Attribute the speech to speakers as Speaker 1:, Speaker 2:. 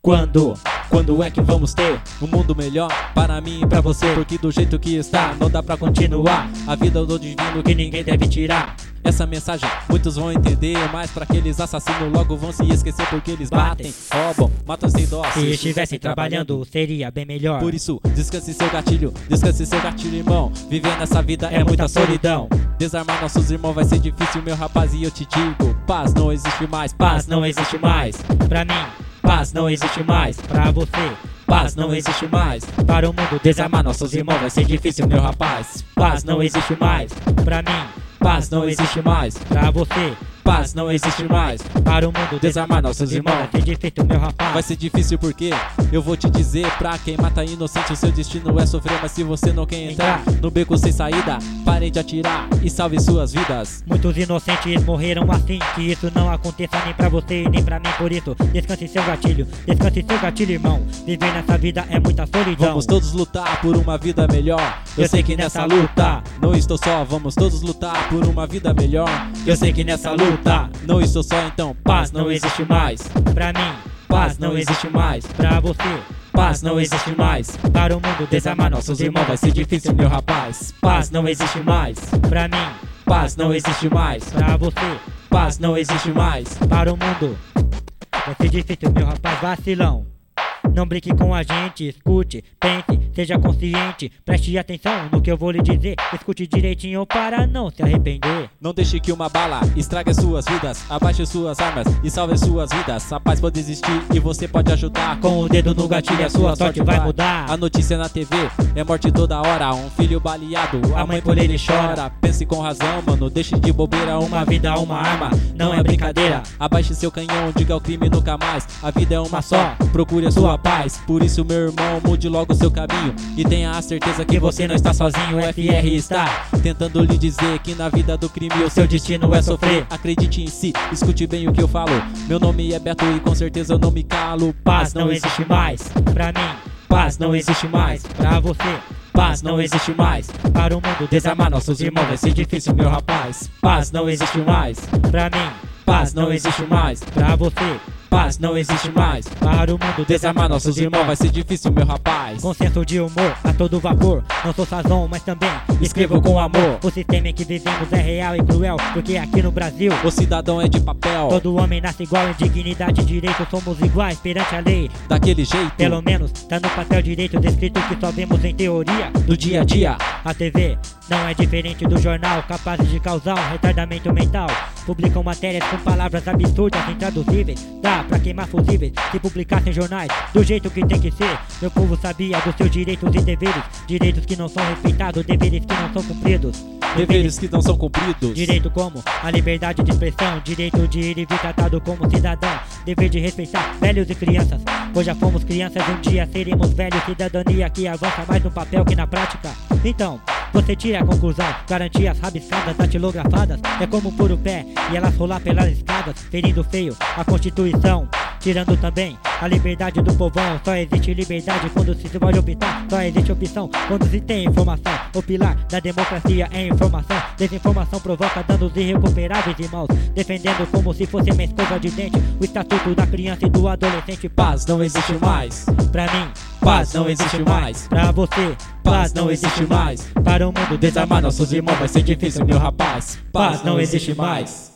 Speaker 1: Quando? Quando é que vamos ter um mundo melhor para mim e para você? Porque do jeito que está, não dá pra continuar. A vida do divino que ninguém deve tirar. Essa mensagem muitos vão entender, mas para aqueles assassinos logo vão se esquecer porque eles batem, roubam, matam sem dó.
Speaker 2: Se estivessem trabalhando, seria bem melhor.
Speaker 1: Por isso, descanse seu gatilho, descanse seu gatilho, irmão. Viver nessa vida é muita solidão. Desarmar nossos irmãos vai ser difícil, meu rapaz, e eu te digo: paz não existe mais, paz não existe mais.
Speaker 2: Pra mim,
Speaker 1: Paz não existe mais,
Speaker 2: pra você,
Speaker 1: paz não existe mais.
Speaker 2: para o mundo,
Speaker 1: Desarmar nossos irmãos vai ser difícil, meu rapaz. Paz não existe mais,
Speaker 2: pra mim,
Speaker 1: paz não existe mais,
Speaker 2: pra você,
Speaker 1: paz não existe mais.
Speaker 2: para o mundo,
Speaker 1: Desarmar nossos irmãos.
Speaker 2: Que difícil, meu rapaz.
Speaker 1: Vai ser difícil porque eu vou te dizer pra quem mata inocente o seu destino é sofrer, mas se você não quer entrar no beco sem saída, pare de atirar e salve suas vidas.
Speaker 2: Muitos inocentes morreram assim Que isso não aconteça nem pra você e nem pra mim Por isso, descanse seu gatilho Descanse seu gatilho, irmão Viver nessa vida é muita solidão
Speaker 1: Vamos todos lutar por uma vida melhor. Eu sei que nessa luta não estou só. Vamos todos lutar por uma vida melhor. Eu sei que nessa luta não estou só. Então paz não existe mais,
Speaker 2: Pra mim,
Speaker 1: paz não existe mais,
Speaker 2: pra você
Speaker 1: paz não existe mais.
Speaker 2: Para o mundo,
Speaker 1: Desarmar nossos irmãos vai ser difícil, meu rapaz. Paz não existe mais,
Speaker 2: Pra mim,
Speaker 1: paz não existe mais,
Speaker 2: pra você
Speaker 1: paz não existe mais.
Speaker 2: Para o mundo Vai ser difícil, meu rapaz vacilão Não brinque com a gente, escute, pense, seja consciente Preste atenção no que eu vou lhe dizer Escute direitinho para não se arrepender
Speaker 1: Não deixe que uma bala estrague as suas vidas. Abaixe suas armas e salve suas vidas. A paz pode existir e você pode ajudar.
Speaker 2: Com o dedo no gatilho, a sua sorte vai mudar.
Speaker 1: A notícia na TV é morte toda hora. Um filho baleado, a mãe por ele chora. Pense com razão, mano. Deixe de bobeira. Uma vida, uma arma, não é brincadeira. Abaixe seu canhão, diga ao crime nunca mais. A vida é uma só, procure a sua paz. Por isso, meu irmão, mude logo seu caminho. E tenha a certeza que você não está sozinho. O FR está tentando lhe dizer que na vida do crime o seu destino é sofrer. Acredite em si, escute bem o que eu falo. Meu nome é Beto e com certeza eu não me calo. Paz não existe mais,
Speaker 2: Pra mim,
Speaker 1: paz não existe mais,
Speaker 2: pra você
Speaker 1: paz não existe mais.
Speaker 2: Para o mundo,
Speaker 1: Desarmar nossos irmãos vai ser difícil, meu rapaz. Paz não existe mais,
Speaker 2: pra mim,
Speaker 1: paz não existe mais,
Speaker 2: pra você
Speaker 1: paz não existe mais.
Speaker 2: Para o mundo,
Speaker 1: Desarmar nossos irmãos vai ser difícil, meu rapaz.
Speaker 2: Com senso de humor, a todo vapor. Não sou sazão, mas também
Speaker 1: Escrevo com amor.
Speaker 2: O sistema em que vivemos é real e cruel, porque aqui no Brasil
Speaker 1: O cidadão é de papel,
Speaker 2: todo homem nasce igual em dignidade e direito. Somos iguais perante a lei.
Speaker 1: daquele jeito.
Speaker 2: Pelo menos tá no papel direito descrito que só vemos em teoria.
Speaker 1: do dia a dia.
Speaker 2: A TV não é diferente do jornal, capaz de causar um retardamento mental. Publicam matérias com palavras absurdas, intraduzíveis. Dá pra queimar fusíveis se publicassem jornais do jeito que tem que ser. Meu povo sabia dos seus direitos e deveres. Direitos que não são respeitados, deveres que não são cumpridos.
Speaker 1: Deveres que não são cumpridos.
Speaker 2: Direito como a liberdade de expressão, direito de ir e vir tratado como cidadão, dever de respeitar velhos e crianças, pois já fomos crianças e um dia seremos velhos, cidadania que avança mais no papel que na prática. Então, você tira a conclusão, garantias rabiscadas, datilografadas, é como pôr o pé e elas rolar pelas escadas, ferindo feio a Constituição. Tirando também a liberdade do povão, só existe liberdade quando se se pode optar, só existe opção quando se tem informação. O pilar da democracia é informação, desinformação provoca danos irrecuperáveis, irmãos. Defendendo como se fosse uma escova de dente, o estatuto da criança e do adolescente.
Speaker 1: Paz não existe mais.
Speaker 2: Pra mim,
Speaker 1: Paz não existe mais.
Speaker 2: pra você,
Speaker 1: Paz não existe mais.
Speaker 2: Para o mundo,
Speaker 1: Desarmar nossos irmãos vai ser difícil, meu rapaz. Paz não existe mais.